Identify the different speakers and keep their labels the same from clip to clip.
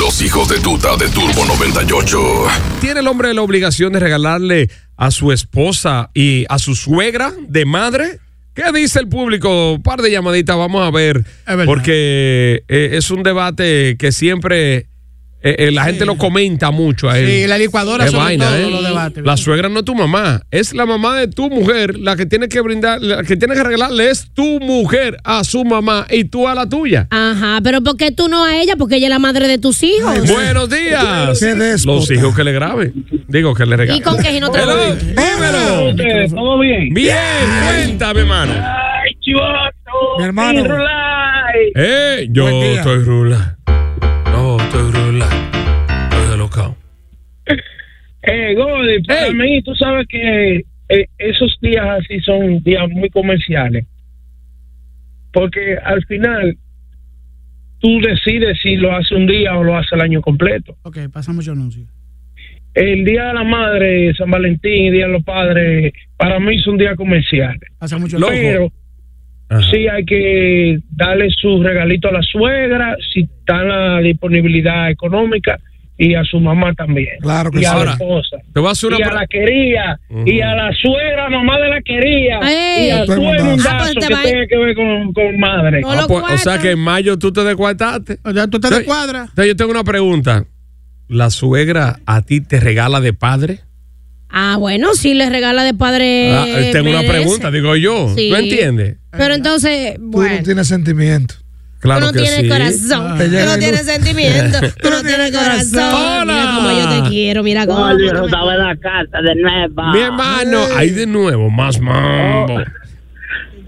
Speaker 1: Los hijos de tuta de Turbo 98.
Speaker 2: ¿Tiene el hombre la obligación de regalarle a su esposa y a su suegra de madre? ¿Qué dice el público? Un par de llamaditas, vamos a ver.
Speaker 3: verdad.
Speaker 2: Porque eh, es un debate que siempre eh, eh, la gente lo comenta mucho a él.
Speaker 3: Sí, la licuadora
Speaker 2: Qué
Speaker 3: sobre
Speaker 2: vaina,
Speaker 3: todo
Speaker 2: ¿eh?
Speaker 3: los debates.
Speaker 2: La suegra no es tu mamá, es la mamá de tu mujer, la que tiene que brindar, la que tiene que regalarle es tu mujer a su mamá y tú a la tuya.
Speaker 4: Ajá, pero ¿por qué tú no a ella? Porque ella es la madre de tus hijos.
Speaker 2: Buenos días.
Speaker 3: Qué déspota.
Speaker 2: Los hijos que le graben. Digo que le regalen.
Speaker 4: ¿Y con qué si no te lo
Speaker 2: Hello,
Speaker 4: digo?
Speaker 2: dímelo.
Speaker 5: ¿Todo bien?
Speaker 2: Bien, cuéntame, hermano.
Speaker 5: ¡Ay, chivato!
Speaker 3: Mi hermano.
Speaker 5: Pirulay.
Speaker 2: Eh, yo
Speaker 3: Buen día.
Speaker 2: estoy rula. No, estoy rula. Estoy alocao.
Speaker 5: Eh, Godi, para
Speaker 2: Ey.
Speaker 5: mí, tú sabes que eh, esos días así son días muy comerciales. Porque al final, tú decides si lo hace un día o lo hace el año completo.
Speaker 3: Ok, pasamos yo anuncio.
Speaker 5: El Día de la Madre, San Valentín, el Día de los Padres, para mí son días comerciales.
Speaker 3: Pasa mucho
Speaker 2: Loco.
Speaker 5: Pero
Speaker 2: Ajá.
Speaker 5: sí hay que darle su regalito a la suegra, si está la disponibilidad económica, y a su mamá también.
Speaker 3: Claro que
Speaker 5: y
Speaker 3: sí.
Speaker 5: a la
Speaker 2: Ahora,
Speaker 5: esposa.
Speaker 2: Te voy a hacer una
Speaker 5: y a
Speaker 2: pre-
Speaker 5: la quería, y a la suegra, mamá de la quería,
Speaker 4: Ey.
Speaker 5: y a
Speaker 3: Todo el
Speaker 5: todo el
Speaker 3: mundazo.
Speaker 4: Ah, pues
Speaker 5: mundazo
Speaker 4: te
Speaker 5: que
Speaker 4: va-
Speaker 5: tenga que ver con, con madre.
Speaker 4: No.
Speaker 2: Ah, pues, o sea
Speaker 4: cuartos.
Speaker 2: que en mayo tú te descuartaste.
Speaker 3: O sea, tú te
Speaker 2: Sí.
Speaker 3: descuadras.
Speaker 2: Entonces yo tengo una pregunta. ¿La suegra a ti te regala de padre?
Speaker 4: Ah, bueno, si le regala de padre.
Speaker 2: Ah, tengo una
Speaker 4: Eh, merece.
Speaker 2: pregunta, digo yo.
Speaker 4: Sí.
Speaker 2: ¿Tú entiendes?
Speaker 4: Pero entonces, bueno. Tú
Speaker 3: tienes sentimiento.
Speaker 2: Claro
Speaker 4: no
Speaker 2: que
Speaker 4: tienes
Speaker 2: sí.
Speaker 4: corazón,
Speaker 3: Te
Speaker 4: tú
Speaker 3: llega
Speaker 4: no
Speaker 3: el-
Speaker 4: tienes sentimiento, tú no tienes corazón. Mira
Speaker 2: Hola.
Speaker 4: cómo yo te quiero, mira cómo. tú me-
Speaker 5: la casa de nuevo.
Speaker 2: Mi hermano, ahí de nuevo, más mambo.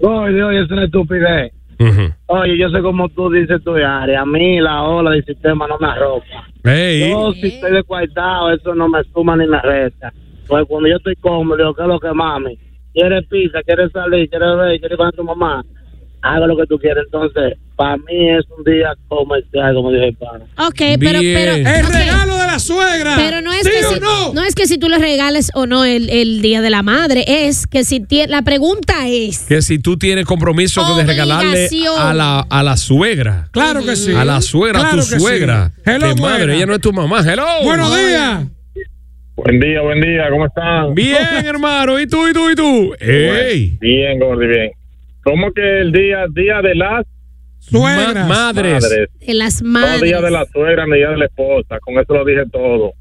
Speaker 5: Oh. Oye, oye, es una estupidez.
Speaker 2: Ujú.
Speaker 5: Oye, yo sé como tú dices tu área. A mí la ola del sistema no me arropa.
Speaker 2: Ey,
Speaker 5: Yo si estoy descuartado, eso no me suma ni me resta. Pues cuando yo estoy cómodo, digo, ¿qué es lo que mami? ¿Quieres pizza? ¿Quieres salir? ¿Quieres ver? ¿Quieres ir con tu mamá? Haga lo que tú quieras. Entonces, para mí es un día comercial, como dije el pana.
Speaker 4: Ok, pero, pero,
Speaker 2: Bien.
Speaker 3: El
Speaker 4: ok,
Speaker 3: regalo de la suegra.
Speaker 4: pero no es
Speaker 3: ¿Sí
Speaker 4: que
Speaker 3: o
Speaker 4: si,
Speaker 3: no?
Speaker 4: no es que si tú le regales o no el, el día de la madre, es que si tie- la pregunta es
Speaker 2: que si tú tienes compromiso de regalarle
Speaker 4: Obligación.
Speaker 2: a la, a la suegra.
Speaker 3: Claro que sí.
Speaker 2: A la suegra, a
Speaker 3: Claro
Speaker 2: tu
Speaker 3: que sí.
Speaker 2: suegra.
Speaker 3: Hello,
Speaker 2: de madre,
Speaker 3: suegra.
Speaker 2: ella no es tu mamá. Hello.
Speaker 3: Buenos días.
Speaker 6: Buen día, buen día, ¿cómo están?
Speaker 2: Bien, hermano. ¿Y tú, y tú, y tú? ¡Ey!
Speaker 6: Bien, Gordy, bien. ¿Cómo que el día, día de las
Speaker 3: Suegra.
Speaker 2: Ma- madres.
Speaker 6: madres?
Speaker 4: de las
Speaker 6: No
Speaker 4: madres.
Speaker 6: día de la suegra ni día de la esposa, con eso lo dije todo.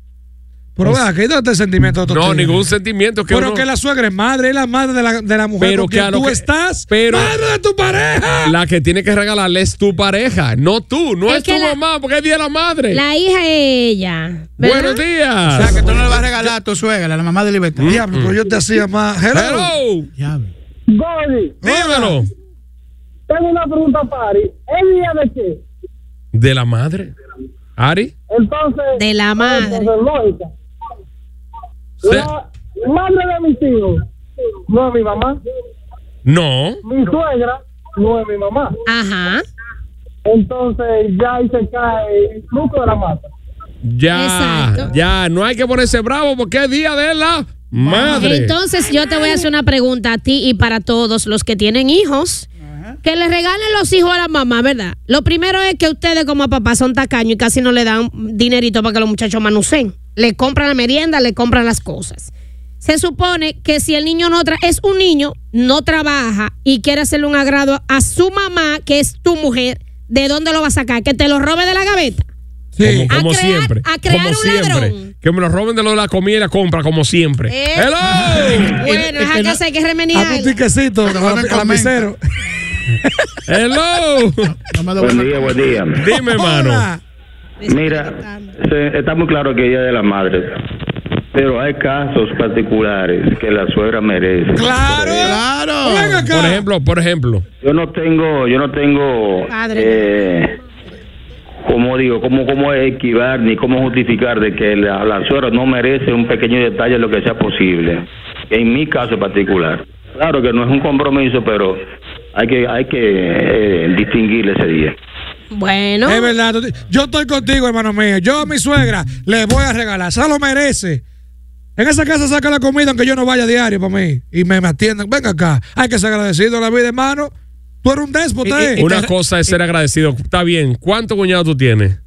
Speaker 3: Pero vea, que dónde está el sentimiento de estos
Speaker 2: No,
Speaker 3: tigres?
Speaker 2: ningún sentimiento. Que
Speaker 3: Pero
Speaker 2: uno-
Speaker 3: que la suegra es madre, es la madre de la, de la mujer
Speaker 2: Pero
Speaker 3: con
Speaker 2: que
Speaker 3: quien
Speaker 2: a lo
Speaker 3: tú
Speaker 2: que-
Speaker 3: estás.
Speaker 2: pero-
Speaker 3: ¡Madre de tu pareja!
Speaker 2: la que tiene que regalarle es tu pareja, no tú. No
Speaker 4: Es
Speaker 2: es,
Speaker 4: que
Speaker 2: tu
Speaker 4: la-
Speaker 2: mamá, porque es día de la madre.
Speaker 4: La hija es ella. ¿verdad?
Speaker 2: Buenos días.
Speaker 3: tú no le vas a regalar a tu suegra, la mamá de Libertad.
Speaker 2: Mm,
Speaker 3: Diablo, pero yo te hacía más. Hello.
Speaker 2: Hello.
Speaker 3: Diablo.
Speaker 5: Goli,
Speaker 2: Dímelo.
Speaker 5: tengo una pregunta para Ari. ¿Es día de qué?
Speaker 2: De la madre. Ari.
Speaker 5: Entonces,
Speaker 4: De la madre.
Speaker 5: lógica.
Speaker 2: se-
Speaker 5: madre de mis hijos no es mi mamá.
Speaker 2: No.
Speaker 5: Mi suegra no es mi mamá.
Speaker 4: Ajá.
Speaker 5: Entonces, ya ahí se cae el fruto de la mata.
Speaker 2: Ya.
Speaker 4: Exacto.
Speaker 2: Ya. No hay que ponerse bravo porque es día de la madre.
Speaker 4: Entonces yo te voy a hacer una pregunta a ti y para todos los que tienen hijos. Que le regalen los hijos a la mamá, ¿verdad? Lo primero es que ustedes como papá son tacaños y casi no le dan dinerito para que los muchachos manusen. Le compran la merienda, le compran las cosas. Se supone que si el niño no tra- es un niño, no trabaja y quiere hacerle un agrado a su mamá, que es tu mujer, ¿de dónde lo va a sacar? ¿Que te lo robe de la gaveta?
Speaker 2: Como,
Speaker 4: A
Speaker 2: como
Speaker 4: crear-
Speaker 2: siempre.
Speaker 4: a crear
Speaker 2: como
Speaker 4: un
Speaker 2: siempre.
Speaker 4: ladrón.
Speaker 2: Que me lo roben de lo de la comida y la compra, como siempre.
Speaker 4: Eh.
Speaker 2: ¡Hello!
Speaker 4: Bueno,
Speaker 3: El- el que
Speaker 4: esa
Speaker 3: Eh, no- Ah, pues
Speaker 4: casa hay que remediar.
Speaker 3: Hazme un tiquecito
Speaker 2: jodan
Speaker 3: al
Speaker 2: con
Speaker 3: lapicero.
Speaker 2: ¡Hello!
Speaker 3: No me lo
Speaker 7: Buen
Speaker 3: vuelvan
Speaker 7: día, buen día.
Speaker 2: Dime, hermano.
Speaker 3: Hola.
Speaker 7: Mira, se- está muy claro que ella es de la madre, pero hay casos particulares que la suegra merece.
Speaker 3: Claro, claro. Ven acá.
Speaker 2: Por ejemplo, por ejemplo.
Speaker 7: Yo no tengo, yo no tengo,
Speaker 4: Padre.
Speaker 7: eh, como digo, cómo cómo esquivar ni cómo justificar de que la, la suegra no merece un pequeño detalle lo que sea posible. En mi caso particular, claro que no es un compromiso, pero hay que hay que eh, distinguir ese día.
Speaker 4: Bueno,
Speaker 3: Es verdad. tú- Yo estoy contigo, hermano mío. Yo a mi suegra le voy a regalar. Se lo merece. En esa casa saca la comida aunque yo no vaya diario para mí. Y me, me atienden. Venga acá. Hay que ser agradecido a la vida, hermano. Tú eres un déspota, ¿eh?
Speaker 2: Una cosa es ser agradecido. Está bien. ¿Cuántos cuñados tú tienes?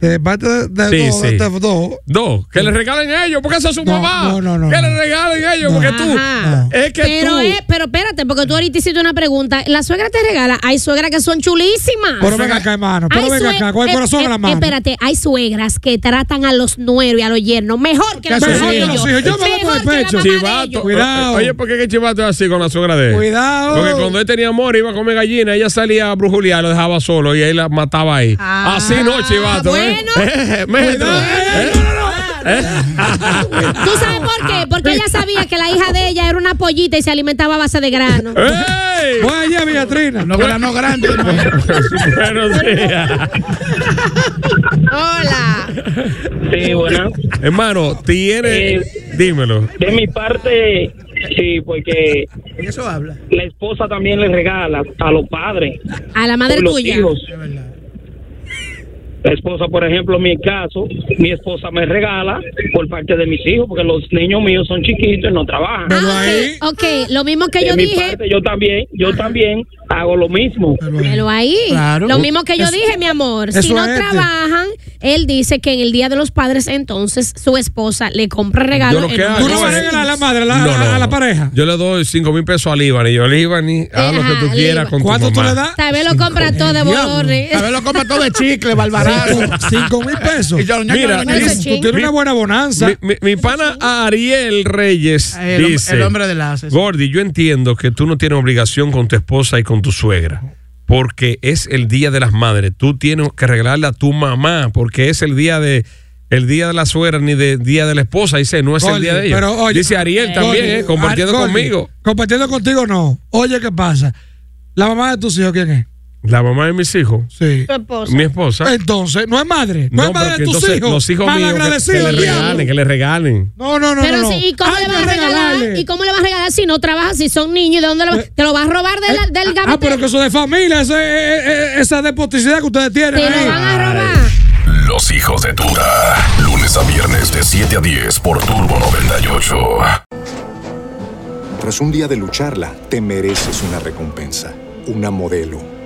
Speaker 3: De parte Eh, de, de
Speaker 2: Sí,
Speaker 3: dos,
Speaker 2: sí.
Speaker 3: de dos.
Speaker 2: Dos. Que le regalen a ellos, porque eso es su
Speaker 3: No,
Speaker 2: mamá.
Speaker 3: no, no, no,
Speaker 2: que le
Speaker 3: no.
Speaker 2: regalen a ellos,
Speaker 3: No.
Speaker 2: porque tú.
Speaker 3: Ah.
Speaker 4: Ajá.
Speaker 2: Es que
Speaker 4: pero,
Speaker 2: tú.
Speaker 4: es- pero espérate, porque tú ahorita hiciste una pregunta. La suegra te regala. Hay suegras que son chulísimas.
Speaker 3: Pero venga acá, hermano. Pero
Speaker 4: Hay
Speaker 3: venga
Speaker 4: sue-
Speaker 3: acá. Con el
Speaker 4: eh,
Speaker 3: corazón
Speaker 4: eh,
Speaker 3: en la mano.
Speaker 4: Espérate, hay suegras que tratan a los nueros y a los yernos mejor que la
Speaker 3: Mejor
Speaker 4: mamá
Speaker 3: que
Speaker 4: de
Speaker 3: los
Speaker 4: ellos.
Speaker 3: hijos. Yo me voy por el
Speaker 4: Mejor que la
Speaker 3: pecho.
Speaker 4: mamá de
Speaker 2: Chivato.
Speaker 4: ellos.
Speaker 3: Cuidado.
Speaker 2: Oye, ¿por qué que Chivato es así con la suegra de él?
Speaker 3: Cuidado.
Speaker 2: Porque cuando él tenía amor, iba a comer gallina, ella salía a brujulear, lo dejaba solo y él la mataba ahí.
Speaker 4: Ah,
Speaker 2: Así no, Chivato. ¿eh?
Speaker 4: bueno.
Speaker 2: Eh, maestro,
Speaker 3: Cuidado,
Speaker 2: ¿eh?
Speaker 4: ¿Tú sabes por qué? Porque ella sabía que la hija de ella era una pollita y se alimentaba a base de grano.
Speaker 2: Eh, ¡Ey!
Speaker 3: Voy allá, Beatrina. No, no grande.
Speaker 2: Buenos días.
Speaker 4: Hola.
Speaker 5: Sí, bueno.
Speaker 2: Hermano, tiene.
Speaker 5: Eh.
Speaker 2: Dímelo.
Speaker 5: De mi parte, sí, porque
Speaker 3: Eso habla.
Speaker 5: la esposa también le regala a los padres,
Speaker 4: A la madre
Speaker 5: por los
Speaker 4: tuya.
Speaker 5: hijos. La esposa, por ejemplo, en mi caso, mi esposa me regala por parte de mis hijos, porque los niños míos son chiquitos y no trabajan.
Speaker 3: Pero
Speaker 4: Ah,
Speaker 3: ahí.
Speaker 4: ok, ok, lo mismo que
Speaker 5: de
Speaker 4: yo
Speaker 5: mi
Speaker 4: dije.
Speaker 5: parte, yo también, yo también hago lo mismo.
Speaker 4: Pero ahí,
Speaker 3: Claro.
Speaker 4: lo mismo que yo
Speaker 3: Eso-
Speaker 4: dije, mi amor, si
Speaker 3: eso
Speaker 4: no
Speaker 3: es este.
Speaker 4: trabajan, él dice que en el Día de los Padres entonces su esposa le compra
Speaker 2: Yo
Speaker 4: regalos.
Speaker 2: lo
Speaker 4: en
Speaker 2: que
Speaker 4: un
Speaker 2: hago
Speaker 3: Tú no vas a
Speaker 2: es-
Speaker 3: regalar a la madre, a la, a la- a la pareja.
Speaker 2: Yo le doy 5 mil pesos a Líbani. Yo, Líbani, haz lo que tú
Speaker 4: Ajá,
Speaker 2: quieras
Speaker 4: Líbani.
Speaker 2: con tu
Speaker 3: ¿Cuánto tú
Speaker 2: mamá.
Speaker 3: le das?
Speaker 4: Tal vez lo compra todo de bolones.
Speaker 3: lo compra todo de chicle, barbarazo. Cinco mil pesos.
Speaker 2: Y yo, ñaca, Mira, ñaca,
Speaker 3: tú
Speaker 2: ñaca.
Speaker 3: tienes
Speaker 2: Mi-
Speaker 3: una buena bonanza.
Speaker 2: Mi, mi- mi pana Ariel Reyes
Speaker 3: El hom-
Speaker 2: dice:
Speaker 3: el hombre de las-
Speaker 2: Gordy, yo entiendo que tú no tienes obligación con tu esposa y con tu suegra. Porque es el día de las madres. Tú tienes que regalarle a tu mamá. Porque es el día de. El día de la suegra ni del día de la esposa. Dice, no es el
Speaker 3: Gordy,
Speaker 2: día de ella.
Speaker 3: pero oye,
Speaker 2: dice Ariel también,
Speaker 3: Gordy,
Speaker 2: eh, compartiendo
Speaker 3: Gordy,
Speaker 2: conmigo.
Speaker 3: Compartiendo contigo no. Oye, ¿qué pasa? ¿La mamá de tus hijos quién es?
Speaker 2: La mamá de mis hijos,
Speaker 3: Sí.
Speaker 2: mi esposa.
Speaker 3: Entonces, no es madre. Eh, No, es madre
Speaker 2: porque
Speaker 3: de tus
Speaker 2: entonces
Speaker 3: hijos.
Speaker 2: los hijos míos que, que
Speaker 3: Malagradecido,
Speaker 2: le
Speaker 3: el diablo.
Speaker 2: regalen, que le regalen.
Speaker 3: No, no, no.
Speaker 4: Pero
Speaker 3: no, no.
Speaker 4: sí, ¿y cómo
Speaker 3: Hay
Speaker 4: le
Speaker 3: que
Speaker 4: vas a regalar?
Speaker 3: regalarle. Eh,
Speaker 4: ¿Y cómo le vas a regalar si no trabajas, si son niños? ¿De dónde lo vas- ¿Te lo vas a robar de la- del
Speaker 3: Ah, pero que
Speaker 4: gabinete?
Speaker 3: eso de familia, ese- eh, eh, esa despoticidad que ustedes tienen.
Speaker 4: Te
Speaker 3: ahí.
Speaker 4: lo van a robar.
Speaker 1: Los hijos de Tuta. Lunes a viernes de 7 a 10 por Turbo 98.
Speaker 8: Tras un día de lucharla, te mereces una recompensa, una modelo,